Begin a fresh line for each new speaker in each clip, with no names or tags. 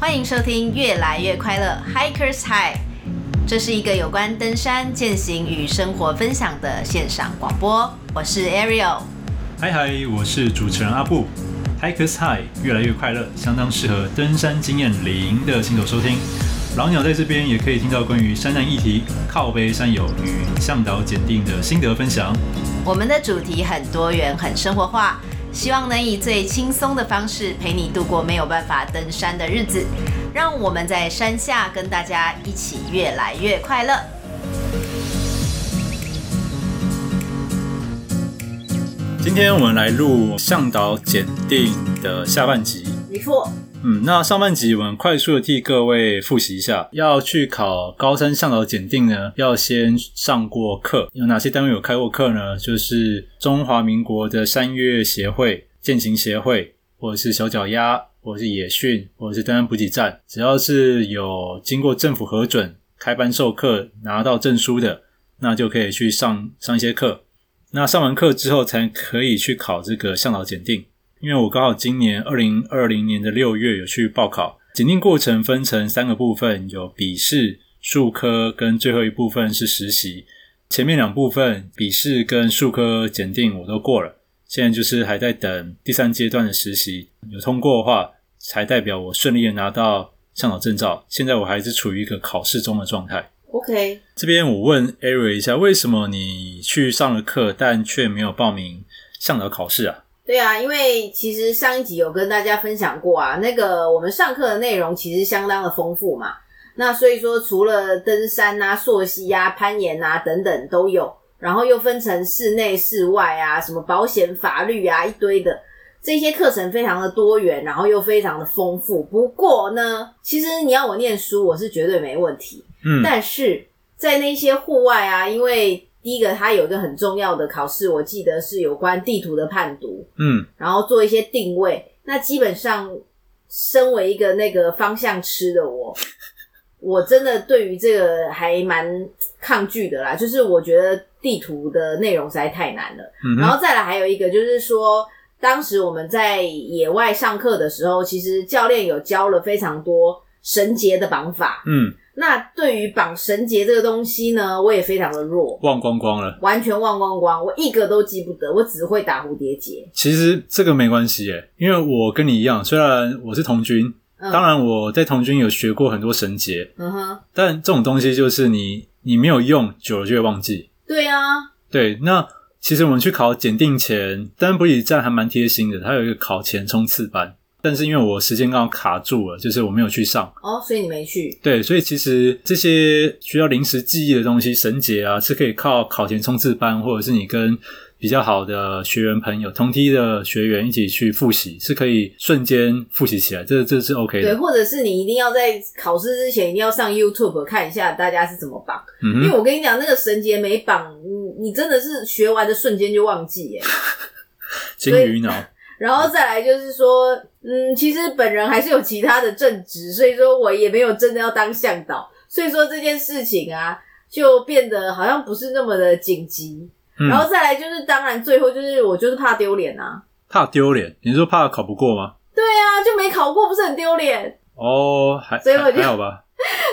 欢迎收听《越来越快乐 Hikers High》，这是一个有关登山、践行与生活分享的线上广播。我是 Ariel，
嗨嗨，我是主持人阿布。Hikers High 越来越快乐，相当适合登山经验零的新手收听。老鸟在这边也可以听到关于山难议题、靠背山友与向导检定的心得分享。
我们的主题很多元，很生活化，希望能以最轻松的方式陪你度过没有办法登山的日子。让我们在山下跟大家一起越来越快乐。
今天我们来录向导检定的下半集。
李富，
嗯，那上半集我们快速的替各位复习一下，要去考高山向导检定呢，要先上过课。有哪些单位有开过课呢？就是中华民国的山岳协会、践行协会，或者是小脚丫，或者是野训，或者是登山补给站，只要是有经过政府核准、开班授课、拿到证书的，那就可以去上上一些课。那上完课之后，才可以去考这个向导检定。因为我刚好今年二零二零年的六月有去报考，检定过程分成三个部分，有笔试、术科跟最后一部分是实习。前面两部分笔试跟术科检定我都过了，现在就是还在等第三阶段的实习，有通过的话才代表我顺利的拿到向导证照。现在我还是处于一个考试中的状态。
OK，
这边我问 Ari 一下，为什么你去上了课，但却没有报名向导考试啊？
对啊，因为其实上一集有跟大家分享过啊，那个我们上课的内容其实相当的丰富嘛。那所以说，除了登山啊、溯溪啊、攀岩啊等等都有，然后又分成室内、室外啊，什么保险、法律啊一堆的，这些课程非常的多元，然后又非常的丰富。不过呢，其实你要我念书，我是绝对没问题。
嗯，
但是在那些户外啊，因为第一个它有一个很重要的考试，我记得是有关地图的判读，
嗯
然后做一些定位。那基本上，身为一个那个方向吃的我， 我真的对于这个还蛮抗拒的啦。就是我觉得地图的内容实在太难了。
嗯哼，
然后再来还有一个就是说，当时我们在野外上课的时候，其实教练有教了非常多绳结的绑法。
嗯，
那对于绑绳结这个东西呢，我也非常的弱，
忘光光了。
完全忘光光，我一个都记不得，我只会打蝴蝶结。
其实这个没关系耶，因为我跟你一样，虽然我是童军，
嗯
当，然我在童军有学过很多绳结，
嗯哼。
但这种东西就是你你没有用，久了就会忘记。
对啊，
对，那其实我们去考检定前，当然补给站还蛮贴心的，它有一个考前冲刺班，但是因为我时间刚好卡住了，就是我没有去上。
哦，所以你没去，
对，所以其实这些需要临时记忆的东西，绳结啊，是可以靠考前冲刺班，或者是你跟比较好的学员朋友、同梯的学员一起去复习，是可以瞬间复习起来，这这是 OK
对，
的。
或者是你一定要在考试之前一定要上 YouTube 看一下大家是怎么绑，
嗯
因为
哼，
我跟你讲，那个绳结没绑，你你真的是学完的瞬间就忘记耶。
金鱼脑，
然后再来就是说，嗯，其实本人还是有其他的正职，所以说我也没有真的要当向导，所以说这件事情啊，就变得好像不是那么的紧急。
嗯
然，后再来就是，当然最后就是我就是怕丢脸啊，
怕丢脸，你是说怕考不过吗？
对啊，就没考过，不是很丢脸。
哦，还
所以我
还
就
还好吧。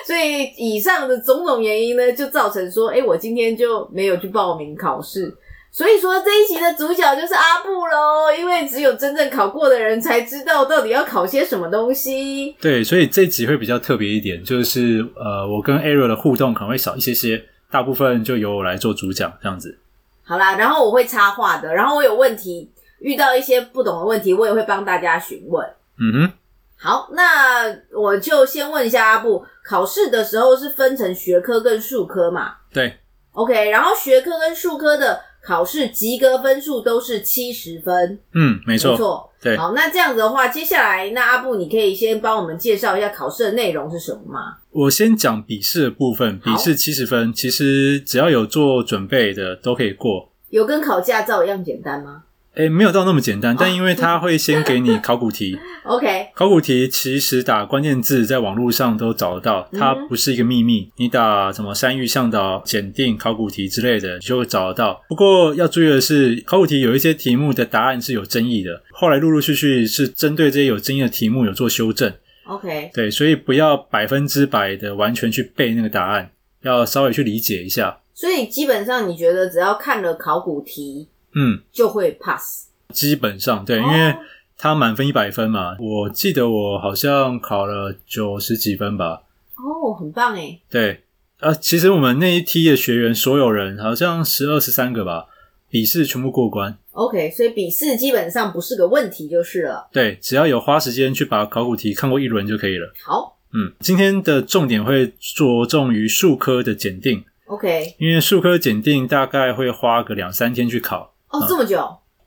所以以上的种种原因呢，就造成说，哎、我今天就没有去报名考试。所以说这一集的主角就是阿布喽，因为只有真正考过的人才知道到底要考些什么东西。
对，所以这集会比较特别一点，就是呃，我跟 Ariel 的互动可能会少一些些，大部分就由我来做主讲这样子。
好啦，然后我会插话的，然后我有问题，遇到一些不懂的问题，我也会帮大家询问。
嗯哼，
好，那我就先问一下阿布，考试的时候是分成学科跟术科嘛？
对，
OK，然后学科跟术科的考试及格分数都是七十分，
嗯，没
没
错，
错。
对。
好，那这样子的话，接下来那阿布，你可以先帮我们介绍一下考试的内容是什么吗？
我先讲笔试的部分，笔
好
试七十分，其实只要有做准备的都可以过。
有跟考驾照一样简单吗
诶，没有到那么简单，但因为它会先给你考古 题，
？OK，
考古题其实打关键字在网络上都找得到，它
嗯
不是一个秘密。你打什么山域向导、检定、考古题之类的，你就会找得到。不过要注意的是，考古题有一些题目的答案是有争议的，后来陆陆续续是针对这些有争议的题目有做修正。
OK，
对，所以不要百分之百的完全去背那个答案，要稍微去理解一下。
所以基本上你觉得只要看了考古题
嗯，
就会 pass。
基本上对，
哦
因为它满分一百分嘛，我记得我好像考了九十几分吧。
哦，很棒哎，
对，啊，其实我们那一批的学员，所有人好像十二十三个吧，笔试全部过关。
OK，所以笔试基本上不是个问题就是了。
对，只要有花时间去把考古题看过一轮就可以了。
好
嗯，今天的重点会着重于数科的检定，
，OK，
因为数科检定大概会花个两三天去考。
哦，这么久，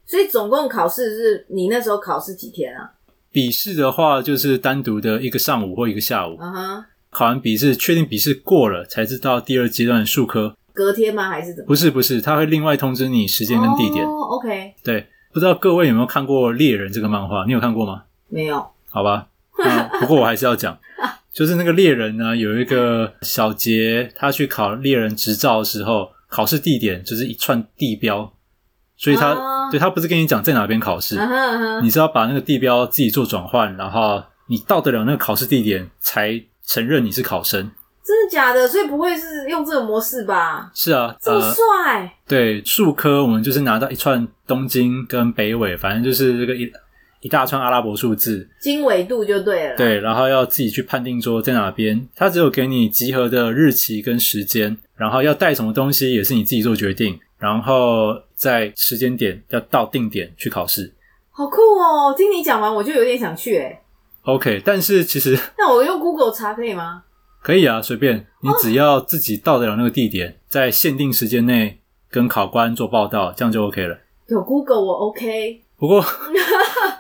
所以总共考试是你那时候考试几天啊？
笔试的话，就是单独的一个上午或一个下午，
嗯哼，
考完笔试，确定笔试过了，才知道第二阶段的数科。
隔天吗？还是怎么？
不是不是，他会另外通知你时间跟地点。
哦、OK，
对，不知道各位有没有看过《猎人》这个漫画？你有看过吗？
没有。
好吧，那不过我还是要讲，就是那个猎人呢，有一个小杰，他去考猎人执照的时候，考试地点就是一串地标，所以他、
啊
对他不是跟你讲在哪边考试，
嗯哼嗯哼
你是要把那个地标自己做转换，然后你到得了那个考试地点才承认你是考生。
真的假的？所以不会是用这个模式吧？
是啊，
这么
呃，
帅、
对，数科我们就是拿到一串东京跟北纬，反正就是这个一一大串阿拉伯数字，
经纬度就对了。，
对，然后要自己去判定说在哪边，它只有给你集合的日期跟时间，然后要带什么东西也是你自己做决定，然后在时间点要到定点去考试。
好酷哦！听你讲完我就有点想去哎、
OK，但是其实
那我用 Google 查可以吗？
可以啊，随便你只要自己到得了那个地点，在限定时间内跟考官做报道，这样就 OK 了。
有 Google 我 OK。
不过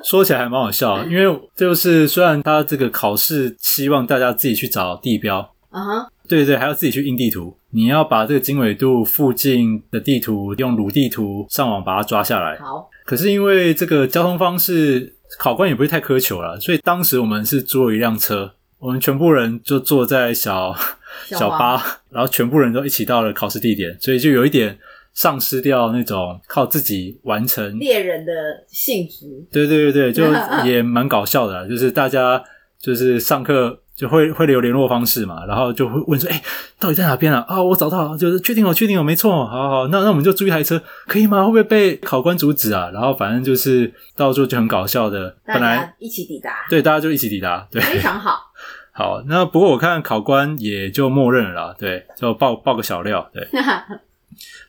说起来还蛮好笑，因为就是虽然他这个考试希望大家自己去找地标，
啊哈，
对对，还要自己去印地图。你要把这个经纬度附近的地图用鲁地图上网把它抓下来。
好，
可是因为这个交通方式，考官也不是太苛求了，所以当时我们是租了一辆车，我们全部人就坐在小
小
小巴，然后全部人都一起到了考试地点，所以就有一点丧失掉那种靠自己完成。
猎人的性质。
对对对对，就也蛮搞笑的啦，啊就是大家就是上课就会会留联络方式嘛，然后就会问说，哎、到底在哪边啊？啊、我找到了，就是确定哦，确定哦，没错哦，好好，那那我们就租一台车，可以吗？会不会被考官阻止啊？然后反正就是到最后就很搞笑的，
大
本来
家一起抵达，
对大家就一起抵达，对，
非常好。
好，那不过我看考官也就默认了啦，对，就爆爆个小料，对。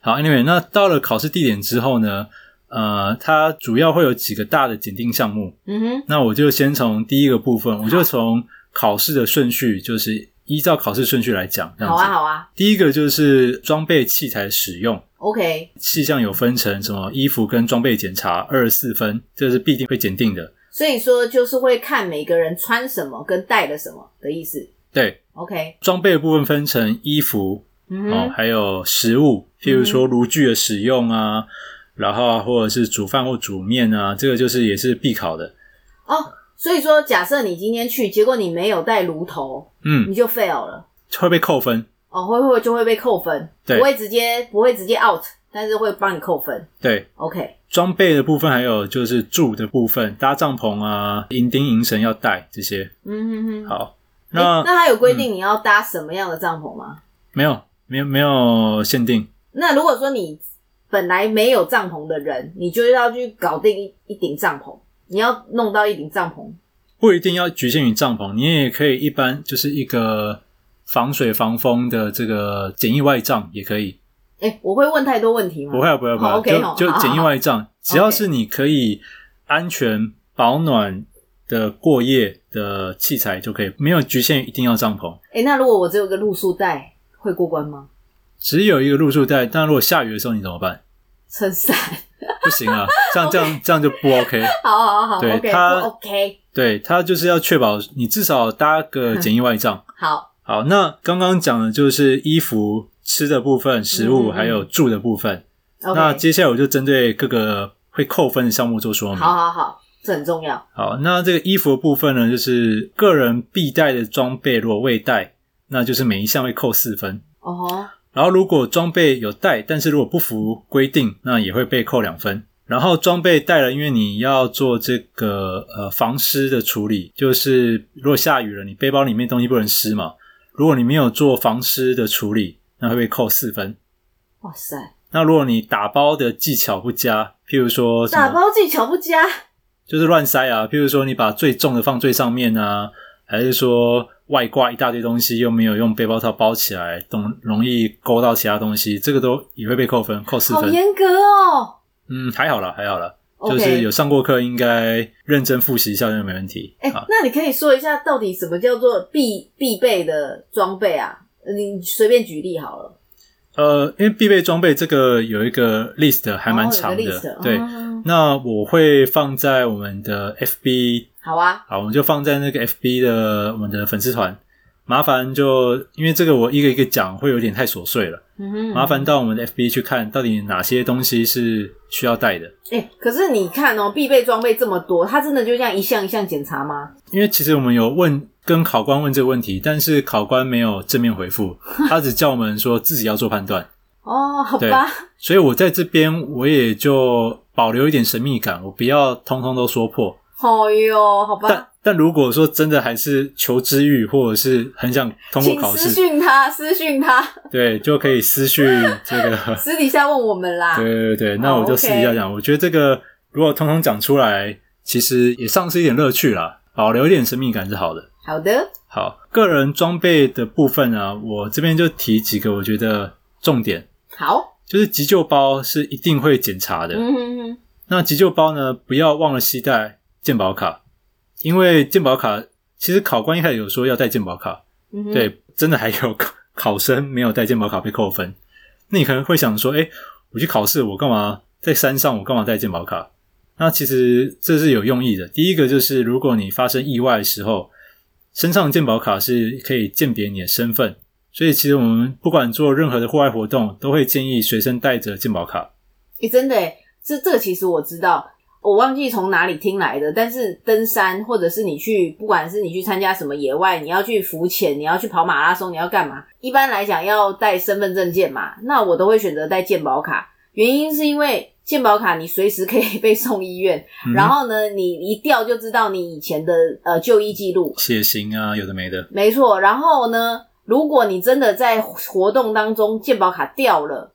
好，Anyway，那到了考试地点之后呢，呃，它主要会有几个大的检定项目，
嗯哼，
那我就先从第一个部分，我就从考试的顺序，就是依照考试顺序来讲，这样
好
子。
啊，好啊
第一个就是装备器材使用，
，OK。
气象有分成什么衣服跟装备检查二十四分，这是必定会检定的。
所以说就是会看每个人穿什么跟带了什么的意思。
对，
OK，
装备的部分分成衣服
嗯
哦，
哼，
还有食物，譬如说炉具的使用啊，然后或者是煮饭或煮面啊，这个就是也是必考的。
哦，所以说假设你今天去，结果你没有带炉头，
嗯，
你就 fail 了。
会被扣分。
哦，会会就会被扣分，
对
不会直接不会直接 out，但是会帮你扣分。
对，
OK，
装备的部分，还有就是住的部分，搭帐篷啊、银钉、银绳要带这些。
嗯哼哼。
好，
那、
那、嗯
那他有规定你要搭什么样的帐篷吗？
没有没有没有限定，
那如果说你本来没有帐篷的人，你就要去搞定一一顶帐篷，你要弄到一顶帐篷。
不一定要局限于帐篷，你也可以一般就是一个防水防风的这个简易外帐也可以。
哎、我会问太多问题吗？
不会啊不会啊不会
好
啊，
，OK 哦
就
好
就
好
简易
好
外帐，只要是你可以安全保暖的过夜的器材就可以，没有局限于一定要帐篷。
哎、那如果我只有个露宿袋，会过关吗？
只有一个露宿带，但如果下雨的时候你怎么办？
撑伞，
不行啊，这样这样这样就不 OK。
好好好
对
，OK，
他
不 OK，
对，它就是要确保你至少搭个简易外帐。
好，
好，那刚刚讲的就是衣服、吃的部分、食物，
嗯嗯
还有住的部分。那
OK，
接下来我就针对各个会扣分的项目做说明。
好好好，这很重要。
好那这个衣服的部分呢，就是个人必带的装备，如果未带，那就是每一项会扣四分。
哦吼，
然后如果装备有带，但是如果不符规定，那也会被扣两分。然后装备带了，因为你要做这个呃防湿的处理，就是如果下雨了，你背包里面东西不能湿嘛。如果你没有做防湿的处理，那会被扣四分。
哇塞，
那如果你打包的技巧不佳，譬如说什么
打包技巧不佳，
就是乱塞啊，譬如说你把最重的放最上面啊，还是说外挂一大堆东西又没有用背包套包起来，懂容易勾到其他东西，这个都也会被扣分，扣四
好
分。
严格哦。
嗯，还好啦，还好啦。就
OK，
是有上过课，应该认真复习一下就没问题。
哎、
啊，
那你可以说一下到底什么叫做必必备的装备啊？你随便举例好了。
呃，因为必备装备这个有一个 list 还蛮长
哦有
的，
个 list，
对。
嗯
那我会放在我们的 FB
好啊，
好，我们就放在那个 FB 的我们的粉丝团。麻烦就因为这个，我一个一个讲会有点太琐碎了。
嗯哼
麻烦到我们的 FB 去看，到底哪些东西是需要带的。
哎、可是你看哦，必备装备这么多，他真的就这样一项一项检查吗？
因为其实我们有问跟考官问这个问题，但是考官没有正面回 复，他只叫我们说自己要做判断。
哦，好
对
吧，
所以我在这边我也就保留一点神秘感，我不要通通都说破。
好哦哟，好
但
吧，
但如果说真的还是求知欲，或者是很想通过
请
考
私
试，
讯他，私讯他，
对，就可以私讯这个。
私底下问我们啦。
对对对，那我就私底下讲，我觉得这个如果通通讲出来，其实也丧失一点乐趣啦，保留一点神秘感是好的。
好的，
好，个人装备的部分啊，我这边就提几个我觉得重点，
好，
就是急救包是一定会检查的。
嗯哼哼，
那急救包呢，不要忘了携带健保卡，因为健保卡其实考官一开始有说要带健保卡，
嗯哼，
对，真的还有考考生没有带健保卡被扣分。那你可能会想说，哎、我去考试，我干嘛在山上，我干嘛带健保卡？那其实这是有用意的。第一个就是，如果你发生意外的时候，身上的健保卡是可以鉴别你的身份，所以其实我们不管做任何的户外活动，都会建议随身带着健保卡。嗯
诶欸真的诶，这这个其实我知道，我忘记从哪里听来的。但是登山，或者是你去，不管是你去参加什么野外，你要去浮潜，你要去跑马拉松，你要干嘛？一般来讲要带身份证件嘛，那我都会选择带健保卡，原因是因为。健保卡你随时可以 被送医院，
嗯
然后呢，你一调就知道你以前的呃就医记录，
血型啊，有的没的，
没错，然后呢，如果你真的在活动当中健保卡掉了，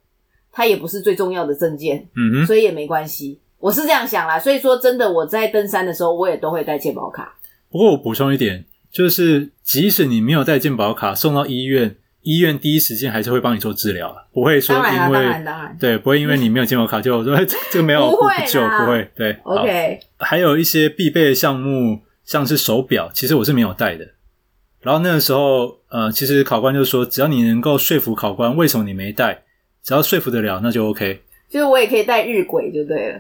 它也不是最重要的证件，
嗯哼。
所以也没关系。我是这样想啦，所以说真的，我在登山的时候，我也都会带健保卡。
不过我补充一点，就是即使你没有带健保卡，送到医院，医院第一时间还是会帮你做治疗啊，不会说
当然
因
啦，当然，
为
当然。
对，不会因为你没有健保卡就 说哎这这个没 有
不会啦
救，不会对。好
OK，
还有一些必备的项目，像是手表，其实我是没有带的。然后那个时候，呃，其实考官就说，只要你能够说服考官为什么你没带，只要说服得了，那就 OK。
就是我也可以带日晷就对了，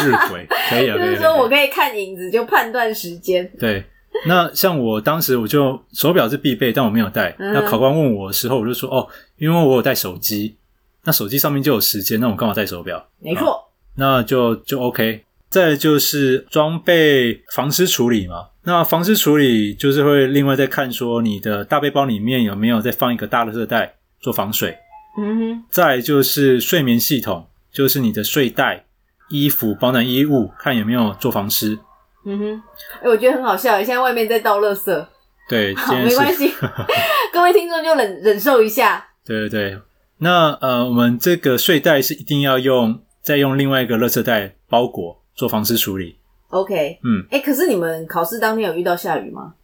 日晷可以啊，
就
可以啊。可
是
以啊
说我可以看影子就判断时间。
对，那像我当时我就手表是必备，但我没有带。
嗯
那考官问我的时候，我就说哦，因为我有带手机，那手机上面就有时间，那我干嘛带手表？
没错，
那就就 OK。再来就是装备防湿处理嘛，那防湿处理就是会另外再看说你的大背包里面有没有再放一个大热袋做防水。
嗯哼，
再来就是睡眠系统，就是你的睡袋、衣服、保暖衣物，看有没有做防湿。
嗯哼。哎、我觉得很好笑，现在外面在倒垃圾，
对，今
好，
天
没
是
关系，各位听众就忍忍受一下。
对对对，那呃，我们这个睡袋是一定要用，再用另外一个垃圾袋包裹做防湿处理。
OK，
嗯，
哎、可是你们考试当天有遇到下雨吗？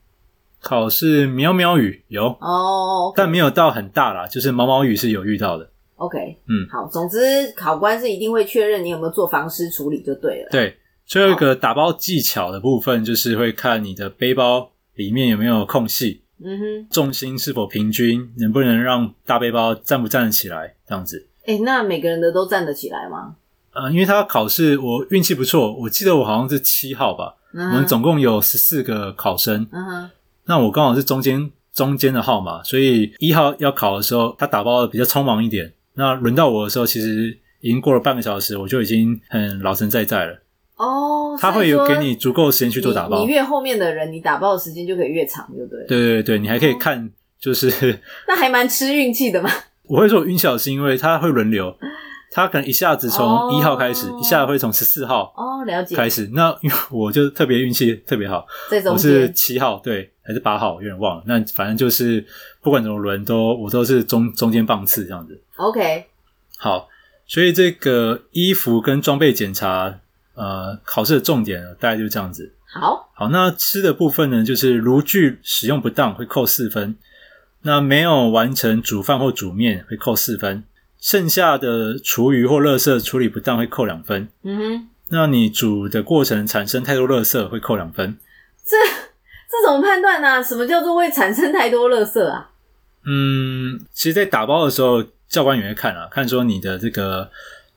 考试喵喵雨有，
哦、
但没有到很大啦，就是毛毛雨是有遇到的。
OK，
嗯
好，总之考官是一定会确认你有没有做防湿处理就对了。
对，最后一个打包技巧的部分，就是会看你的背包里面有没有空隙，
嗯哼，
重心是否平均，能不能让大背包站不站得起来，这样子。
哎、那每个人的都站得起来吗？
呃，因为他考试我运气不错，我记得我好像是七号吧，
嗯
我们，总共有十四个考生，
嗯哼，
那我刚好是中间中间的号码，所以一号要考的时候，他打包的比较匆忙一点。那轮到我的时候，其实已经过了半个小时，我就已经很老神在在了。
哦，
他会有给你足够的时间去
去
做打包
你，越后面的人，你打包的时间就可以越长，就对了。
对对对，你还可以看，就是
那还蛮吃运气的嘛。
我会说我运气好，是因为他会轮流，它可能一下子
哦
从一号开始，一下子会从十四号
哦，了解，
开始。那因为我就特别运气特别好，
在中
我是
间
七号，对，还是八号，有点忘了。那反正就是不管怎么轮都，我都是中中间棒次这样子。
，OK，
好，所以这个衣服跟装备检查，呃，考试的重点呢大概就这样子。
好，
好，那吃的部分呢，就是炉具使用不当会扣四分，那没有完成煮饭或煮面会扣四分，剩下的厨余或垃圾处理不当会扣两分。
嗯哼，
那你煮的过程产生太多垃圾会扣两分。
这怎么判断呢、啊什么叫做会产生太多垃圾啊？
嗯，其实，在打包的时候，教官也会看啊，看说你的这个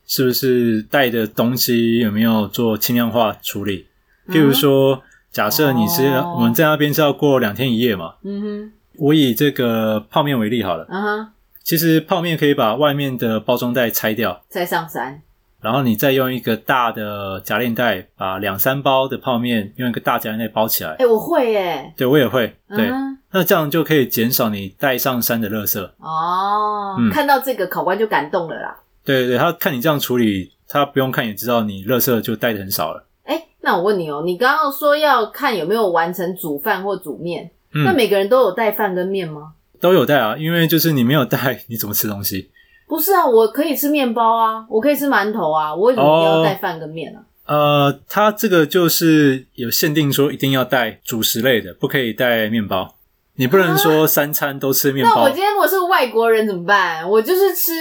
是不是带的东西有没有做轻量化处理。譬如说，假设你是、
哦
我们在那边是要过两天一夜嘛，
嗯
我以这个泡面为例好了
哼，。嗯哼，
其实泡面可以把外面的包装袋拆掉，
再上山，
然后你再用一个大的夹链袋把两三包的泡面用一个大夹链袋包起来。
哎、我会耶、
对我也会，对，
嗯
那这样就可以减少你带上山的垃圾。
哼，哦，
嗯
看到这个考官就感动了啦。
对对对，他看你这样处理，他不用看也知道你垃圾就带的很少了。
哎、那我问你哦，你刚刚说要看有没有完成煮饭或煮面，那
嗯，
每个人都有带饭跟面吗？
都有带啊，因为就是你没有带，你怎么吃东西？
不是啊，我可以吃面包啊，我可以吃馒头啊，我为什么一定要带饭跟面啊？
呃，它这个就是有限定说一定要带主食类的，不可以带面包。你不能说三餐都吃面
啊那
包
我。今天如果是个外国人怎么办？我就是吃，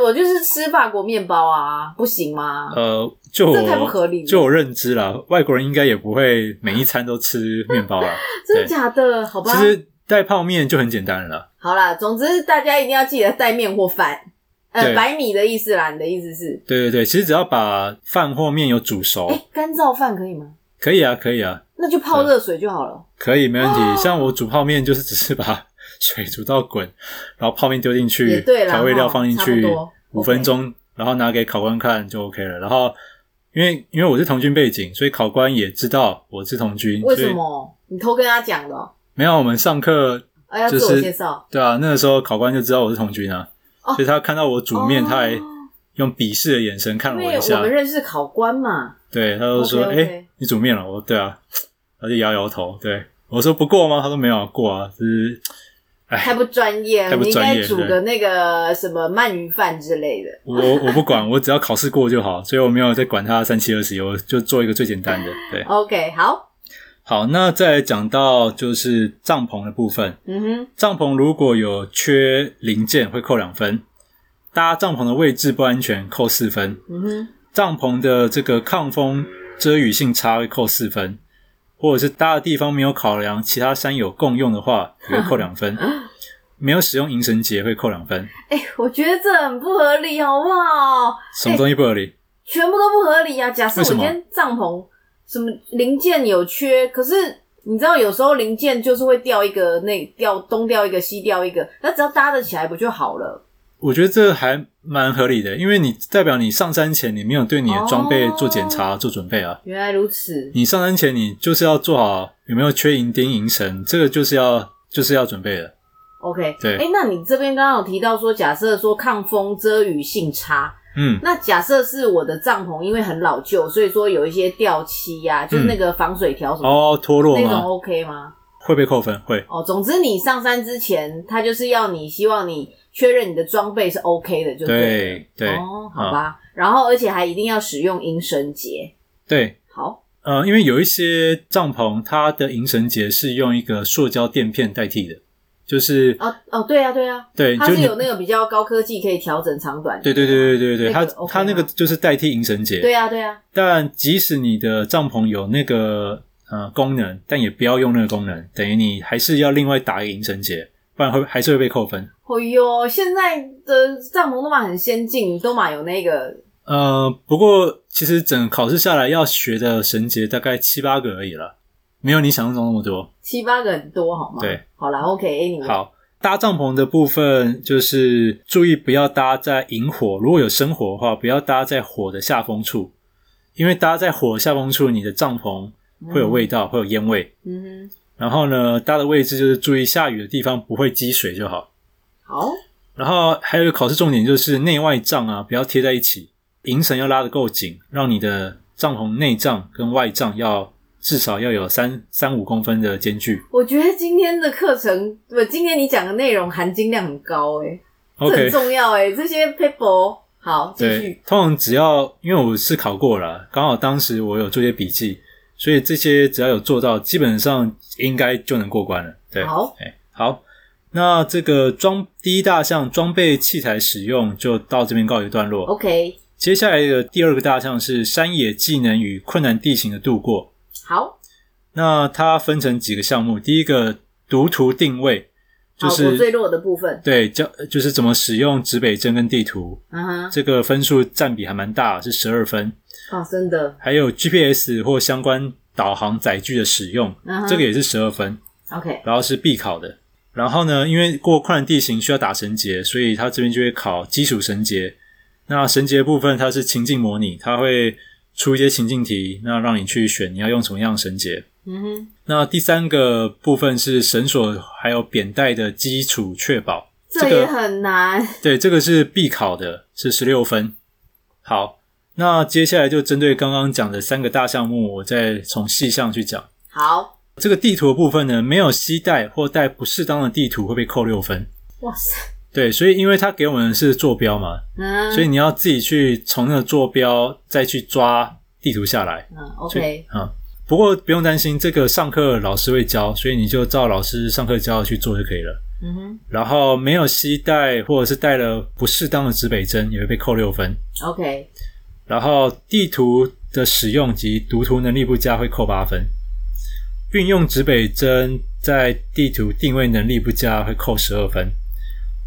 我就是吃法国面包啊，不行吗？
呃，就
这太不合
我
理了
就我认知啦，外国人应该也不会每一餐都吃面包啦。
真的假的？ 好吧
其，实带泡面就很简单了啦。
好啦，总之大家一定要记得带面或饭，呃，
对
白米的意思啦，你的意思是？
对对对，其实只要把饭或面有煮熟，
哎、干燥饭可以吗？
可以啊，可以啊，
那就泡热水就好了。
可以，没问
哦
题。像我煮泡面就是只是把水煮到滚， 然后泡面丢进
也
去，
对啦
调味料放进去
哈差不多
五分钟，然后拿给考官看就 OK 了。然后因为因为我是童军背景，所以考官也知道我是童军，
为
所以
什么？你偷跟他讲的哦、
没有我们上课
啊，要
就
自
是
我介绍。
对啊，那个时候考官就知道我是童军啊，
哦
所以他看到我煮面，
哦
他还用鄙视的眼神看了
因
我
为
一
我
下
们，认识考官嘛，
对，他就说：“哎
OK，OK
你煮面了？”我说：“对啊。”他就摇摇头，对我说：“不过吗？”他说：“没有过啊，就是
太不专业了，
太不
你应
专
该
业
煮
对
个那个什么鳗鱼饭之类的。
我我不管，我只要考试过就好，所以我没有在管他三七二十一，我就做一个最简单的。对，
OK，好，
好，那再来讲到就是帐篷的部分，
嗯哼，
帐篷如果有缺零件会扣两分，搭帐篷的位置不安全扣四分，
嗯哼，
帐篷的这个抗风遮雨性差会扣四分，或者是搭的地方没有考量其他山友共用的话，也会扣两分。没有使用银绳结会扣两分，
哎、我觉得这很不合理，好不好？
什么东西不合理？
全部都不合理啊！假设我
为什
今
么
天帐篷什么零件有缺，可是你知道有时候零件就是会掉一个，那掉东掉一个，西掉一个，那只要搭得起来不就好了？
我觉得这还蛮合理的，因为你代表你上山前你没有对你的装备做检查、
哦
做准备啊。
原来如此，
你上山前你就是要做好有没有缺银钉、银绳，这个就是要就是要准备的。
OK，
对
哎、那你这边刚刚有提到说，假设说抗风遮雨性差，
嗯，
那假设是我的帐篷，因为很老旧，所以说有一些掉漆呀、就是那个防水条什么、
嗯哦，脱落
那种
吗？
，OK 吗？
会被扣分，会。
哦，总之你上山之前，他就是要你希望你确认你的装备是 OK 的，就了
对对
哦，好吧，然后而且还一定要使用银绳结。
对，
好，
呃，因为有一些帐篷，它的银绳结是用一个塑胶垫片代替的，就是、
哦哦，对啊，对啊，
对，
它
就是你
有那个比较高科技可以调整长短。
对对对对对对，
那
它
个 OK
它那个
吗
就是代替银绳结。
对啊，对啊，
但即使你的帐篷有那个呃功能，但也不要用那个功能，等于你还是要另外打一个银绳结，不然会还是会被扣分。
哦哟，现在的帐篷都嘛很先进，都嘛有那个
呃，不过其实整个考试下来要学的绳结大概七八个而已了，没有你想象中那么多。
七八个很多，好吗？
对，
好啦 o k a n y
好，搭帐篷的部分就是注意不要搭在引火，如果有生火的话，不要搭在火的下风处，因为搭在火的下风处，你的帐篷会
嗯
有味道，会有烟味。
嗯哼，
然后呢，搭的位置就是注意下雨的地方不会积水就好。
好，
然后还有一个考试重点就是内外帐啊，不要贴在一起，营绳要拉得够紧，让你的帐篷内帐跟外帐要至少要有三三五公分的间距。
我觉得今天的课程，不，今天你讲的内容含金量很高哎、这很
OK，
重要哎、这些 paper 哦好继
对
续，
通常只要因为我是考过了，刚好当时我有做些笔记，所以这些只要有做到，基本上应该就能过关了。对，
好
哎，好，那这个装第一大项装备器材使用就到这边告一段落。
，OK，
接下来的第二个大项是山野技能与困难地形的度过。
好，
那它分成几个项目，第一个读图定位，就
啊好，我最
是
弱的部分，
对教就是怎么使用指北针跟地图，
嗯哼，
这个分数占比还蛮大，是十二分。
哦，真的
还有 GPS 或相关导航载具的使用
嗯哼
这个也是十二分，
，OK，
然后是必考的。然后呢，因为过困难地形需要打绳结，所以它这边就会考基础绳结。那绳结部分它是情境模拟，它会出一些情境题，那让你去选你要用什么样的绳结。
嗯哼，
那第三个部分是绳索还有扁带的基础确保，
这也很难，
对，这个是必考的，是十六分。好，那接下来就针对刚刚讲的三个大项目，我再从细项去讲。
好，
这个地图的部分呢，没有携带或带不适当的地图会被扣六分。
哇塞，
对，所以因为它给我们的是坐标嘛，
嗯，
所以你要自己去从那个坐标再去抓地图下来。
嗯，OK，
嗯，不过不用担心，这个上课老师会教，所以你就照老师上课教的去做就可以了。
嗯哼
然后没有携带或者是带了不适当的指北针，也会被扣六分。
，OK，
然后地图的使用及读图能力不佳会扣八分，运用指北针在地图定位能力不佳会扣十二分，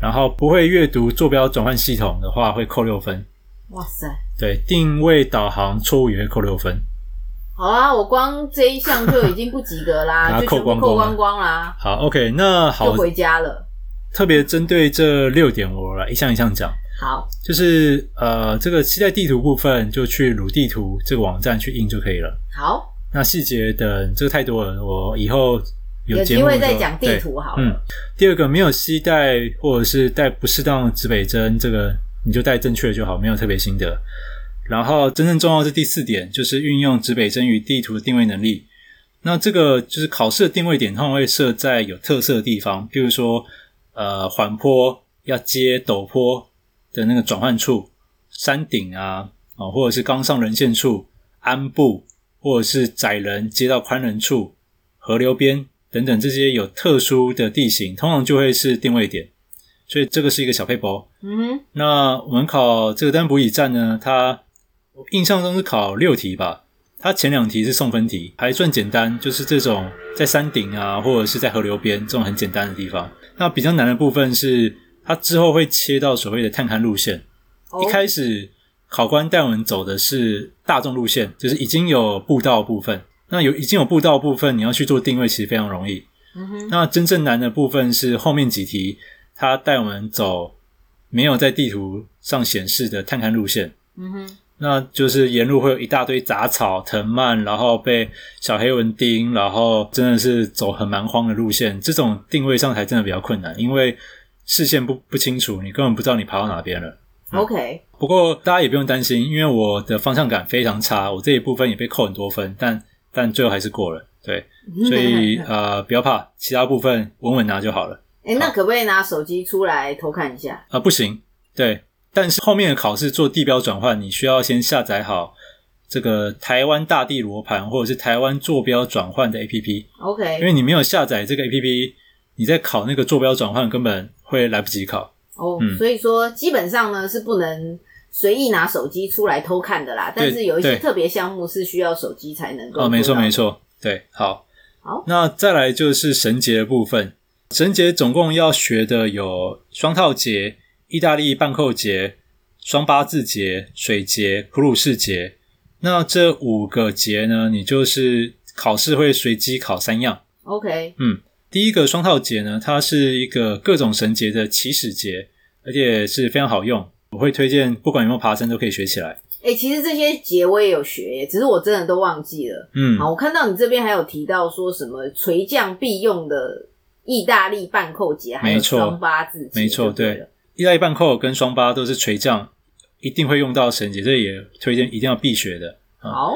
然后不会阅读坐标转换系统的话会扣六分，
哇塞。
对，定位导航错误也会扣六分。
好啦，我光这一项就已经不及格 啦，
把它
就全
扣
部
光
扣
光
光光啦，
好，OK，那
就
好，
回家了。
特别针对这六点，我来一项一项讲。
好，
就是呃，这个期待地图部分就去鲁地图这个网站去印就可以了。
好，
那细节等这个太多了，我以后
有
节
机
目
会
的时
再
候
讲地。图好
对嗯
了。，
第二个没有携带或者是带不适当的指北针，这个你就带正确的就好，没有特别心得。然后真正重要的是第四点，就是运用指北针与地图的定位能力。那这个就是考试的定位点，通常会设在有特色的地方，譬如说呃缓坡要接陡坡的那个转换处，山顶啊，啊、或者是刚上人线处、鞍部，或者是窄人接到宽人处、河流边等等这些有特殊的地形，通常就会是定位点。所以这个是一个小配包。
嗯
那我们考这个单补乙站呢，它我印象中是考六题吧，它前两题是送分题，还算简单，就是这种在山顶啊，或者是在河流边这种很简单的地方。那比较难的部分是，它之后会切到所谓的探勘路线。
哼，
一
哦
开始考官带我们走的是大众路线，就是已经有步道部分。那有已经有步道部分，你要去做定位，其实非常容易。
嗯哼，
那真正难的部分是后面几题，他带我们走没有在地图上显示的探勘路线，
嗯哼，
那就是沿路会有一大堆杂草、藤蔓，然后被小黑蚊叮，然后真的是走很蛮荒的路线。这种定位上才真的比较困难，因为视线不不清楚，你根本不知道你爬到哪边了。嗯
OK，
不过大家也不用担心，因为我的方向感非常差，我这一部分也被扣很多分，但但最后还是过了。对，
嗯
所以呃不要怕，其他部分稳稳拿就好了。
哎、那可不可以拿手机出来偷看一下？
啊、不行，对。但是后面的考试做地标转换，你需要先下载好这个台湾大地罗盘或者是台湾坐标转换的 APP，因
OK，
为你没有下载这个 APP，你在考那个坐标转换根本会来不及考。
哦，
嗯
所以说基本上呢是不能随意拿手机出来偷看的啦，
对
但是有一些
对
特别项目是需要手机才能够。
哦，没错没。错，对，好。
好
那再来就是绳结的部分，绳结总共要学的有双套结、意大利半扣结、双八字结、水结、普鲁士结。那这五个结呢，你就是考试会随机考三样。
OK，
第一个双套结呢，它是一个各种绳结的起始结，而且是非常好用，我会推荐不管有没有爬山都可以学起来。
哎、其实这些节我也有学耶，只是我真的都忘记了。
嗯，
好，我看到你这边还有提到说什么垂降必用的意大利半扣结，还有
没错
双八字结，
没错嗯
对了。
一带一半扣跟双八都是垂降，一定会用到绳结，这也推荐一定要必学的。
好，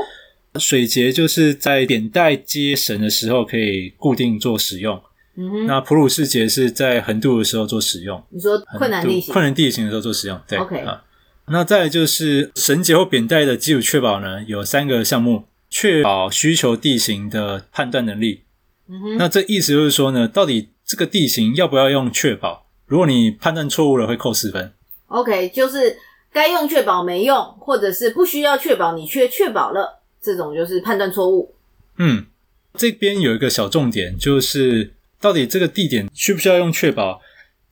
水结就是在扁带接绳的时候可以固定做使用，
嗯哼，
那普鲁士结是在横渡的时候做使用，
你说困难地
横渡
形，
困难地形的时候做使用。对
OK
啊，那再来就是绳结或扁带的基础确保呢，有三个项目，确保需求地形的判断能力。
嗯哼，
那这意思就是说呢，到底这个地形要不要用确保？如果你判断错误了，会扣十分。
OK，就是该用确保没用，或者是不需要确保你却确保了，这种就是判断错误。
嗯，这边有一个小重点，就是到底这个地点需不需要用确保，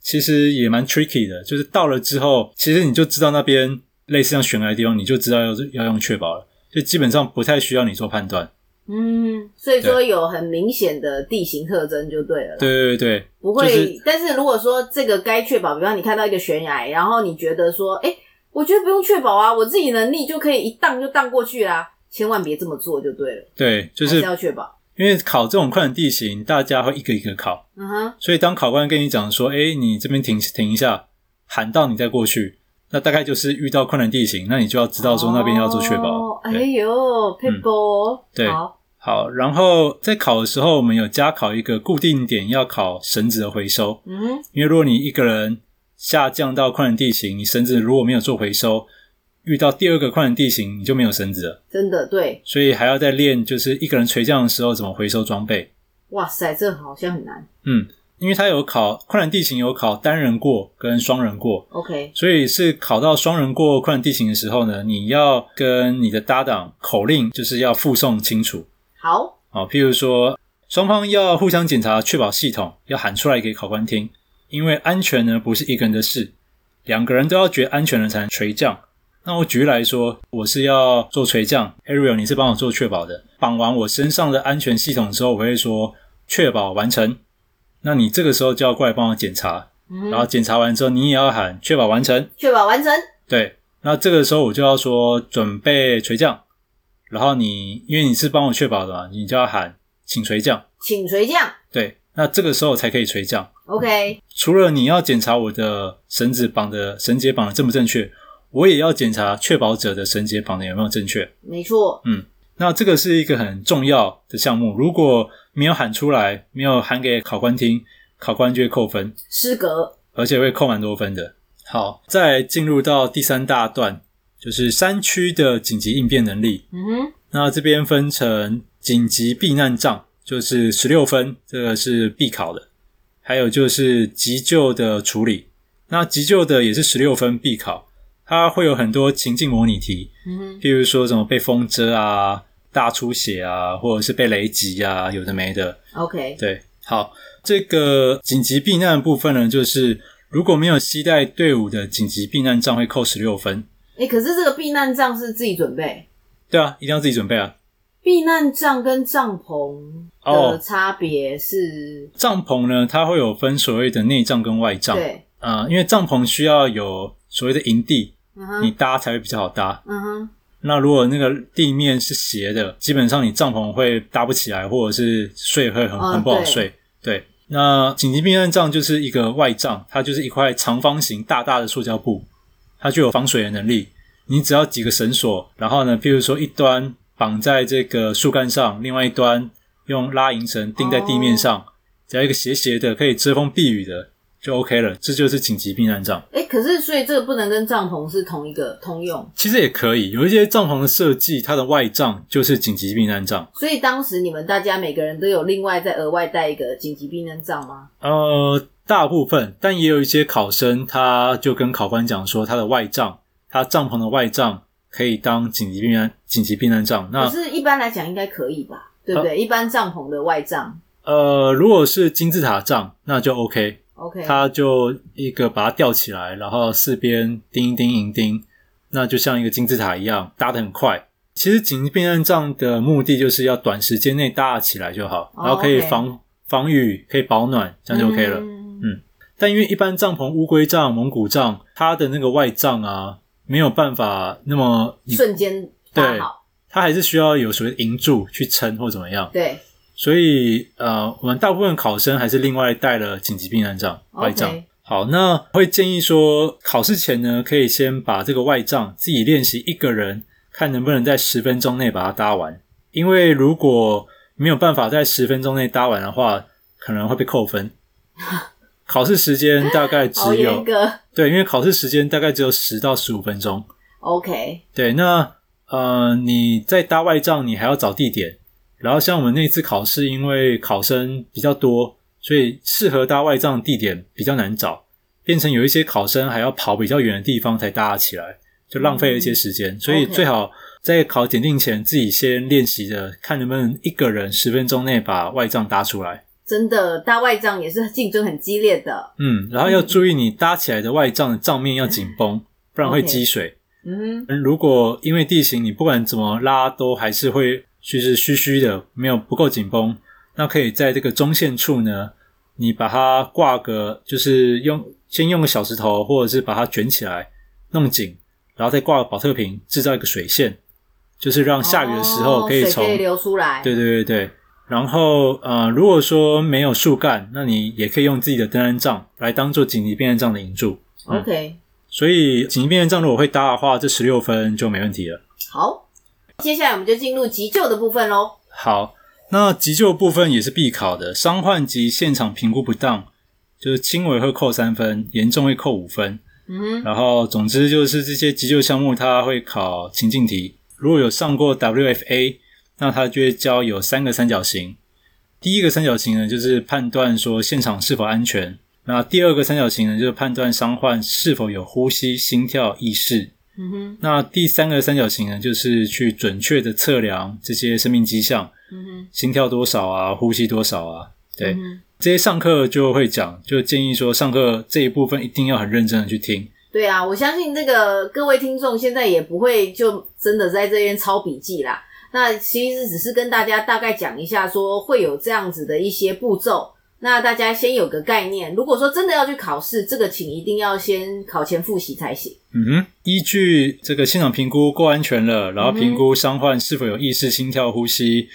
其实也蛮 tricky 的。就是到了之后，其实你就知道那边类似像悬崖的地方，你就知道要要用确保了，就基本上不太需要你做判断。
嗯，所以说有很明显的地形特征就对了啦，
对对对对，
不会。
就是
但是如果说这个该确保，比方你看到一个悬崖，然后你觉得说，哎、我觉得不用确保啊，我自己能力就可以一荡就荡过去啦，千万别这么做就对了，
对，就
还
是
是要确保。
因为考这种困难地形，大家会一个一个考，
嗯哼，
所以当考官跟你讲说：“哎，你这边停停一下，喊到你再过去。”那大概就是遇到困难地形，那你就要知道说那边要做确保。
哦、哎
对嗯
呦 p e o p l e
对
好，
好，然后在考的时候，我们有加考一个固定点，要考绳子的回收。
嗯哼，
因为如果你一个人下降到困难地形，你绳子如果没有做回收，遇到第二个困难地形，你就没有绳子了。
真的对，
所以还要再练，就是一个人垂降的时候怎么回收装备。
哇塞，这好像很难。
嗯，因为它有考困难地形，有考单人过跟双人过。
OK，
所以是考到双人过困难地形的时候呢，你要跟你的搭档口令就是要附送清楚
好，
哦。譬如说，双方要互相检查，确保系统，要喊出来给考官听，因为安全呢不是一个人的事，两个人都要觉得安全了才能垂降。那我举例来说，我是要做垂降，Ariel 你是帮我做确保的，绑完我身上的安全系统之后，我会说确保完成。那你这个时候就要过来帮我检查，
嗯
然后检查完之后，你也要喊确保完成。
确保完成。
对，那这个时候我就要说准备垂降，然后你因为你是帮我确保的嘛，你就要喊请垂降。
请垂降
对，那这个时候才可以垂降。
，OK，
除了你要检查我的绳子绑的绳结绑的正不正确，我也要检查确保者的绳结绑的有没有正确。
没错，
那这个是一个很重要的项目，如果没有喊出来，没有喊给考官听，考官就会扣分。
失格。
而且会扣蛮多分的。好，再进入到第三大段，就是山区的紧急应变能力。
嗯哼，
那这边分成紧急避难杖，就是十六分，这个是必考的；还有就是急救的处理，那急救的也是十六分必考。它会有很多情境模拟题，
嗯哼，
譬如说什么被风遮啊、大出血啊，或者是被雷击啊，有的没的。
，OK，
对，好，这个紧急避难的部分呢，就是如果没有携带队伍的紧急避难杖，会扣十六分。
哎、可是这个避难杖是自己准备，
对啊，一定要自己准备啊。
避难杖跟帐篷的
哦
差别是，
帐篷呢，它会有分所谓的内帐跟外帐。
对，
呃，因为帐篷需要有所谓的营地，
嗯
你
哼，
搭才会比较好搭。
嗯哼，
那如果那个地面是斜的，基本上你帐篷会搭不起来，或者是睡会很
哦
很不好
对
睡。对，那紧急避难帐就是一个外帐，它就是一块长方形大大的塑胶布，它具有防水的能力。你只要几个绳索，然后呢，譬如说一端绑在这个树干上，另外一端用拉银绳钉在地面上，只要一个斜斜的可以遮风避雨的就 OK 了。这就是紧急避难帐。
哎、可是所以这个不能跟帐篷是同一个通用，
其实也可以，有一些帐篷的设计，它的外帐就是紧急避难帐。
所以当时你们大家每个人都有另外再额外带一个紧急避难杖吗？
呃，大部分，但也有一些考生，他就跟考官讲说，他的外帐，他帐篷的外帐可以当紧急避难紧急避难帐。
可
那
是一般来讲应该可以吧，对不对？一般帐篷的外帐
呃，如果是金字塔帐，那就 OK，
，OK，
他就一个把它吊起来，然后四边钉一钉银钉，那就像一个金字塔一样搭得很快。其实紧急避难帐的目的就是要短时间内搭起来就好，
哦
然后可以
OK
防、防雨，可以保暖，这样就 OK 了。
嗯
但因为一般帐篷、乌龟帐、蒙古帐，它的那个外帐啊，没有办法那么，你
瞬间搭
对
好，
它还是需要有所谓的银柱去撑或怎么样。
对
所以呃，我们大部分考生还是另外带了紧急避难帐、外
o
帐。
k
好，那会建议说，考试前呢，可以先把这个外账自己练习一个人，看能不能在十分钟内把它搭完。因为如果没有办法在十分钟内搭完的话，可能会被扣 分。考试时间大概
好
只
严
有
格。
对，因为考试时间大概只有十到十五分钟。
OK，
对，那呃，你在搭外帐，你还要找地点。然后像我们那次考试，因为考生比较多，所以适合搭外帐的地点比较难找，变成有一些考生还要跑比较远的地方才搭起来，就浪费了一些时间。所以
嗯 OK
最好在考检定前自己先练习着，看能不能一个人十分钟内把外帐搭出来。
真的大外账也是竞争很激烈的。
嗯，然后要注意你搭起来的外帐的帐面要紧绷，不然会
OK
积水。
嗯
嗯，如果因为地形你不管怎么拉都还是会就是虚虚的，没有不够紧绷，那可以在这个中线处呢，你把它挂个，就是用先用个小石头，或者是把它卷起来弄紧，然后再挂个保特瓶，制造一个水线，就是让
哼，
下雨的时候
哦
可以
水
从、
流出来。
对对对对。然后呃，如果说没有树干，那你也可以用自己的登山杖来当做紧急避难杖的引柱。嗯
OK，
所以紧急避难杖如果会搭的话，这十六分就没问题了。
好，接下来我们就进入急救的部分喽。
好，那急救部分也是必考的，伤患及现场评估不当，就是轻微会扣三分，严重会扣五分。
嗯哼，
然后，总之就是这些急救项目，它会考情境题。如果有上过 WFA，那它就会教有三个三角形。第一个三角形呢，就是判断说现场是否安全；那第二个三角形呢，就是判断伤患是否有呼吸、心跳、意识。
嗯哼，
那第三个三角形呢，就是去准确的测量这些生命迹象，
嗯哼，
心跳多少啊，呼吸多少啊，对，
嗯哼
这些上课就会讲，就建议说上课这一部分一定要很认真的去听，
对啊，我相信这个各位听众现在也不会就真的在这边抄笔记啦。那其实只是跟大家大概讲一下，说会有这样子的一些步骤，那大家先有个概念。如果说真的要去考试，这个请一定要先考前复习才行。
嗯哼，依据这个现场评估够安全了，然后
嗯哼
评估伤患是否有意识、心跳、呼吸，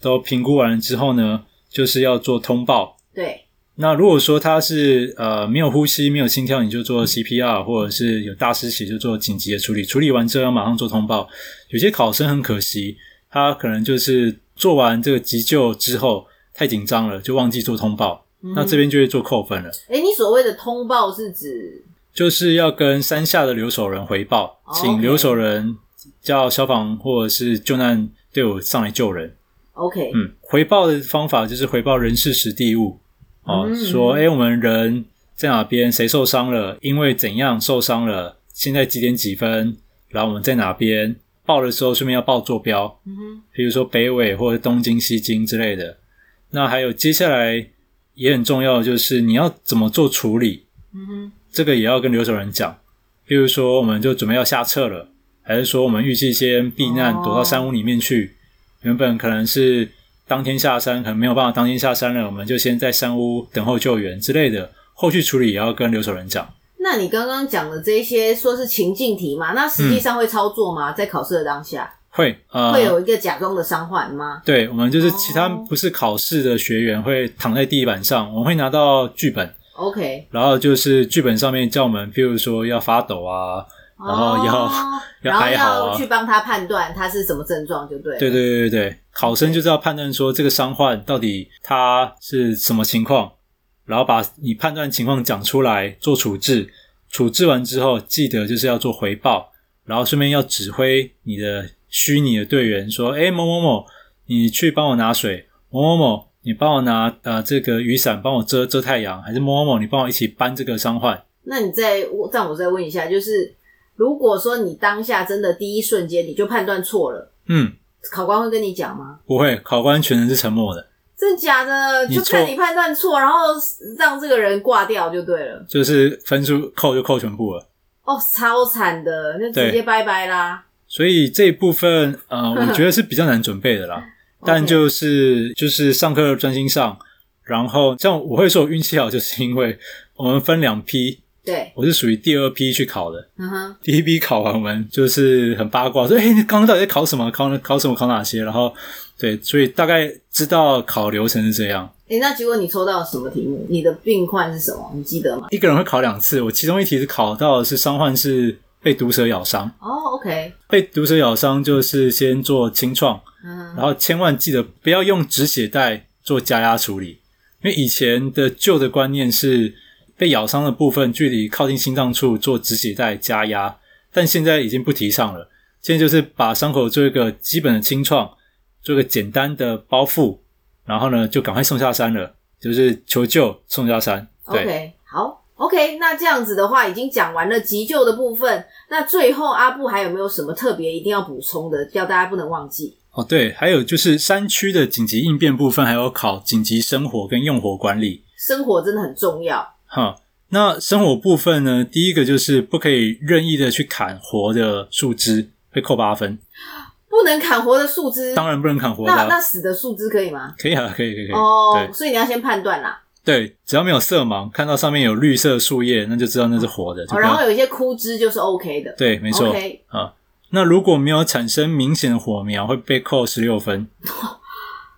都评估完了之后呢，就是要做通报。
对，
那如果说他是呃没有呼吸、没有心跳，你就做 CPR，或者是有大失血就做紧急的处理。处理完之后要马上做通报。有些考生很可惜，他可能就是做完这个急救之后太紧张了，就忘记做通报，那这边就会做扣分了。
哎，你所谓的通报是指
就是要跟山下的留守人回报，
哦
请
OK
留守人叫消防或者是救难队伍上来救人。
OK，
嗯，回报的方法就是回报人事实地物哦，
嗯
说哎、诶我们人在哪边，谁受伤了，因为怎样受伤了，现在几点几分，然后我们在哪边。报的时候顺便要报坐标，
嗯哼，
比如说北纬或者东经、西经之类的。那还有接下来也很重要的就是你要怎么做处理，
嗯哼，
这个也要跟留守人讲。譬如说，我们就准备要下撤了，还是说我们预计先避难，
哦
躲到山屋里面去？原本可能是当天下山，可能没有办法当天下山了，我们就先在山屋等候救援之类的。后续处理也要跟留守人讲。
那你刚刚讲的这些说是情境题嘛？那实际上会操作
嗯
吗？在考试的当下，
会呃，
会有一个假装的伤患吗？
对我们就是其他
哦
不是考试的学员会躺在地板上，我们会拿到剧本，
OK，
然后就是剧本上面叫我们，譬如说要发抖啊，然后要
哦、
要
然后
哀嚎啊
要去帮他判断他是什么症状，就 对。
对，对对对对，考生就是要判断说这个伤患到底他是什么情况，然后把你判断情况讲出来做处置，处置完之后记得就是要做回报，然后顺便要指挥你的虚拟的队员说，哎某某某，你去帮我拿水，某某某，你帮我拿呃这个雨伞帮我遮遮太阳，还是某某某你帮我一起搬这个伤患，
那你再我让我再问一下，就是如果说你当下真的第一瞬间你就判断错了，
嗯，
考官会跟你讲吗？
不会，考官全程是沉默的。
真假的，
你
就看
错
你判断错，然后让这个人挂掉就对了。
就是分数扣就扣全部了，
哦，超惨的，那直
对
接拜拜啦。
所以这一部分呃，我觉得是比较难准备的啦。但
OK
就是就是上课专心上，然后像我会说我运气好，就是因为我们分两批，
对，
我是属于第二批去考的。
嗯哼，
第一批考完，我们就是很八卦，说：“哎、你刚刚到底在考什么？考考什么？考哪些？”然后，对，所以大概知道考流程是这样。
诶，那结果你抽到什么题目？你的病患是什么？你记得吗？
一个人会考两次，我其中一题是考到的是伤患是被毒蛇咬伤，
哦，OK，
被毒蛇咬伤就是先做清创，
嗯
然
哼，
后千万记得不要用止血带做加压处理，因为以前的旧的观念是被咬伤的部分距离靠近心脏处做止血带加压，但现在已经不提倡了。现在就是把伤口做一个基本的清创，做一个简单的包覆，然后呢就赶快送下山了，就是求救送下山。对
OK，好，OK，那这样子的话，已经讲完了急救的部分。那最后阿布还有没有什么特别一定要补充的，叫大家不能忘记？
哦，对，还有就是山区的紧急应变部分，还有考紧急生活跟用火管理。
生活真的很重要。
哈，那生火部分呢，第一个就是不可以任意的去砍活的树枝，会扣八分。
不能砍活的树枝，
当然不能砍活的
那
啊、
那死的树枝可以吗？
可以啊，可以，可以，可以。
哦，所以你要先判断啦。
对对，只要没有色盲，看到上面有绿色树叶，那就知道那是活的。就
哦，
不
然
要
后有一些枯枝就是 OK 的。
对，没错
OK，
啊。那如果没有产生明显的火苗，会被扣十六分。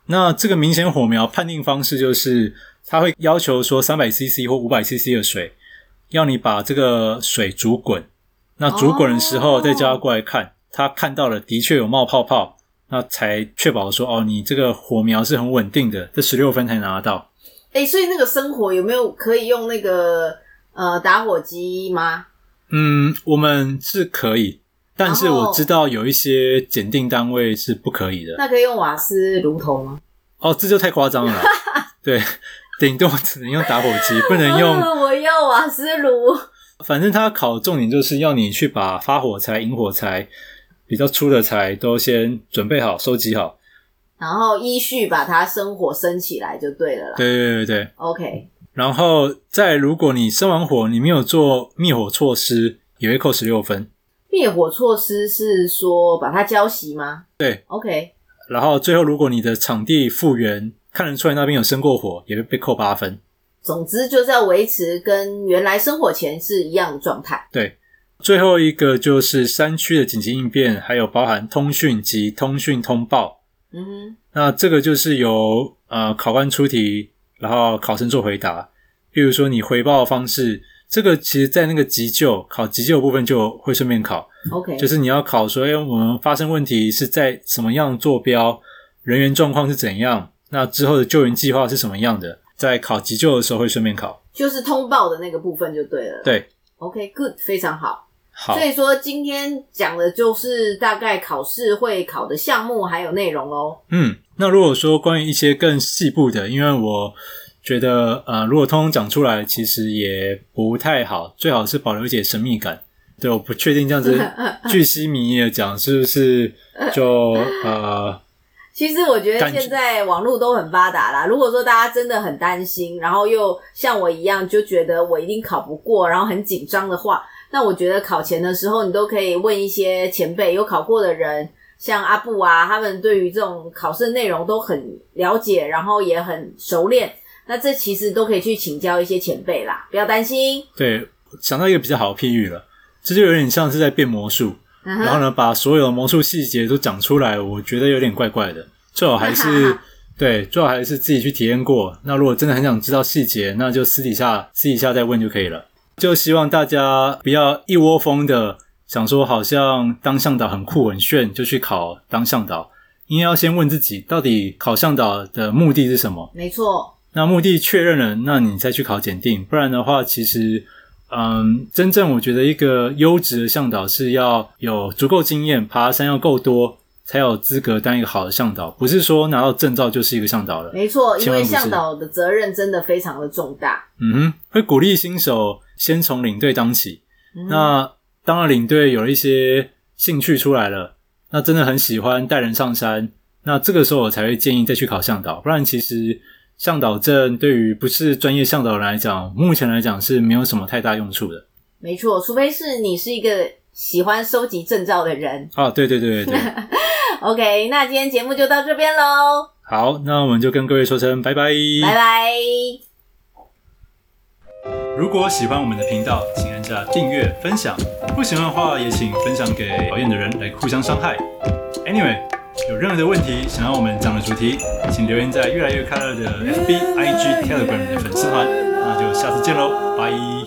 那这个明显火苗判定方式就是，它会要求说三百 CC 或五百 CC 的水，要你把这个水煮滚。那煮滚的时候，
哦
再叫他过来看，他看到了的确有冒泡泡，那才确保说哦，你这个火苗是很稳定的，这十六分才拿得到。
哎、所以那个生火有没有可以用那个呃打火机吗？
嗯，我们是可以，但是
然后
我知道有一些检定单位是不可以的。
那可以用瓦斯炉头吗？
哦，这就太夸张了啦。对，顶多只能用打火机，不能用。
啊我要瓦斯炉。
反正它考重点就是要你去把发火柴、引火柴、比较粗的柴都先准备好、收集好。
然后依序把它生火升起来就对了啦。
对对对对。
OK，
然后再，如果你生完火，你没有做灭火措施，也会扣十六分。
灭火措施是说把它浇熄吗？
对。
OK，
然后最后，如果你的场地复原看得出来那边有生过火，也会被扣八分。
总之就是要维持跟原来生火前是一样的状态。
对，最后一个就是山区的紧急应变，还有包含通讯及通讯通报。
嗯哼，
那这个就是由呃考官出题，然后考生做回答。比如说你回报的方式，这个其实在那个急救考急救部分就会顺便考，
OK，
就是你要考说，哎、我们发生问题是在什么样的坐标，人员状况是怎样，那之后的救援计划是什么样的，在考急救的时候会顺便考。
就是通报的那个部分就对了。
对，
，OK，good，、非常好。
好
所，以说今天讲的就是大概考试会考的项目还有内容哦喽。
嗯，那如果说关于一些更细部的，因为我觉得呃，如果通通讲出来，其实也不太好，最好是保留一些神秘感。对，我不确定这样子巨细靡遗的讲是不是就呃，
其实我觉得
感觉
现在网络都很发达啦。如果说大家真的很担心，然后又像我一样就觉得我一定考不过，然后很紧张的话，那我觉得考前的时候你都可以问一些前辈有考过的人，像阿布啊，他们对于这种考试内容都很了解，然后也很熟练。那这其实都可以去请教一些前辈啦，不要担心。
对，想到一个比较好的譬喻了，这就有点像是在变魔术，
然
然后呢，把所有的魔术细节都讲出来，我觉得有点怪怪的。最好还是对，最好还是自己去体验过。那如果真的很想知道细节，那就私底下私底下再问就可以了。就希望大家不要一窝蜂的想说，好像当向导很酷很炫，就去考当向导。应该要先问自己，到底考向导的目的是什么？
没错，
那目的确认了，那你再去考检定，不然的话，其实，嗯，真正我觉得一个优质的向导是要有足够经验，爬山要够多，才有资格当一个好的向导，不是说拿到证照就是一个向导了。
没错，因
千万
为
不是
向导的责任真的非常的重大。
嗯哼，会鼓励新手先从领队当起。
嗯
那当然，领队有一些兴趣出来了，那真的很喜欢带人上山。那这个时候我才会建议再去考向导，不然其实向导证对于不是专业向导人来讲，目前来讲是没有什么太大用处的。
没错，除非是你是一个喜欢收集证照的人。
啊，对对对对对，
OK，那今天节目就到这边
嗯
喽，
好，那我们就跟各位说声拜拜，
拜拜。
如果喜欢我们的频道，请按下订阅、分享；不喜欢的话，也请分享给讨厌的人来互相伤害。Anyway，有任何的问题想要我们讲的主题，请留言在越来越快乐的 FB、IG、Telegram 的粉丝团。那就下次见喽，拜。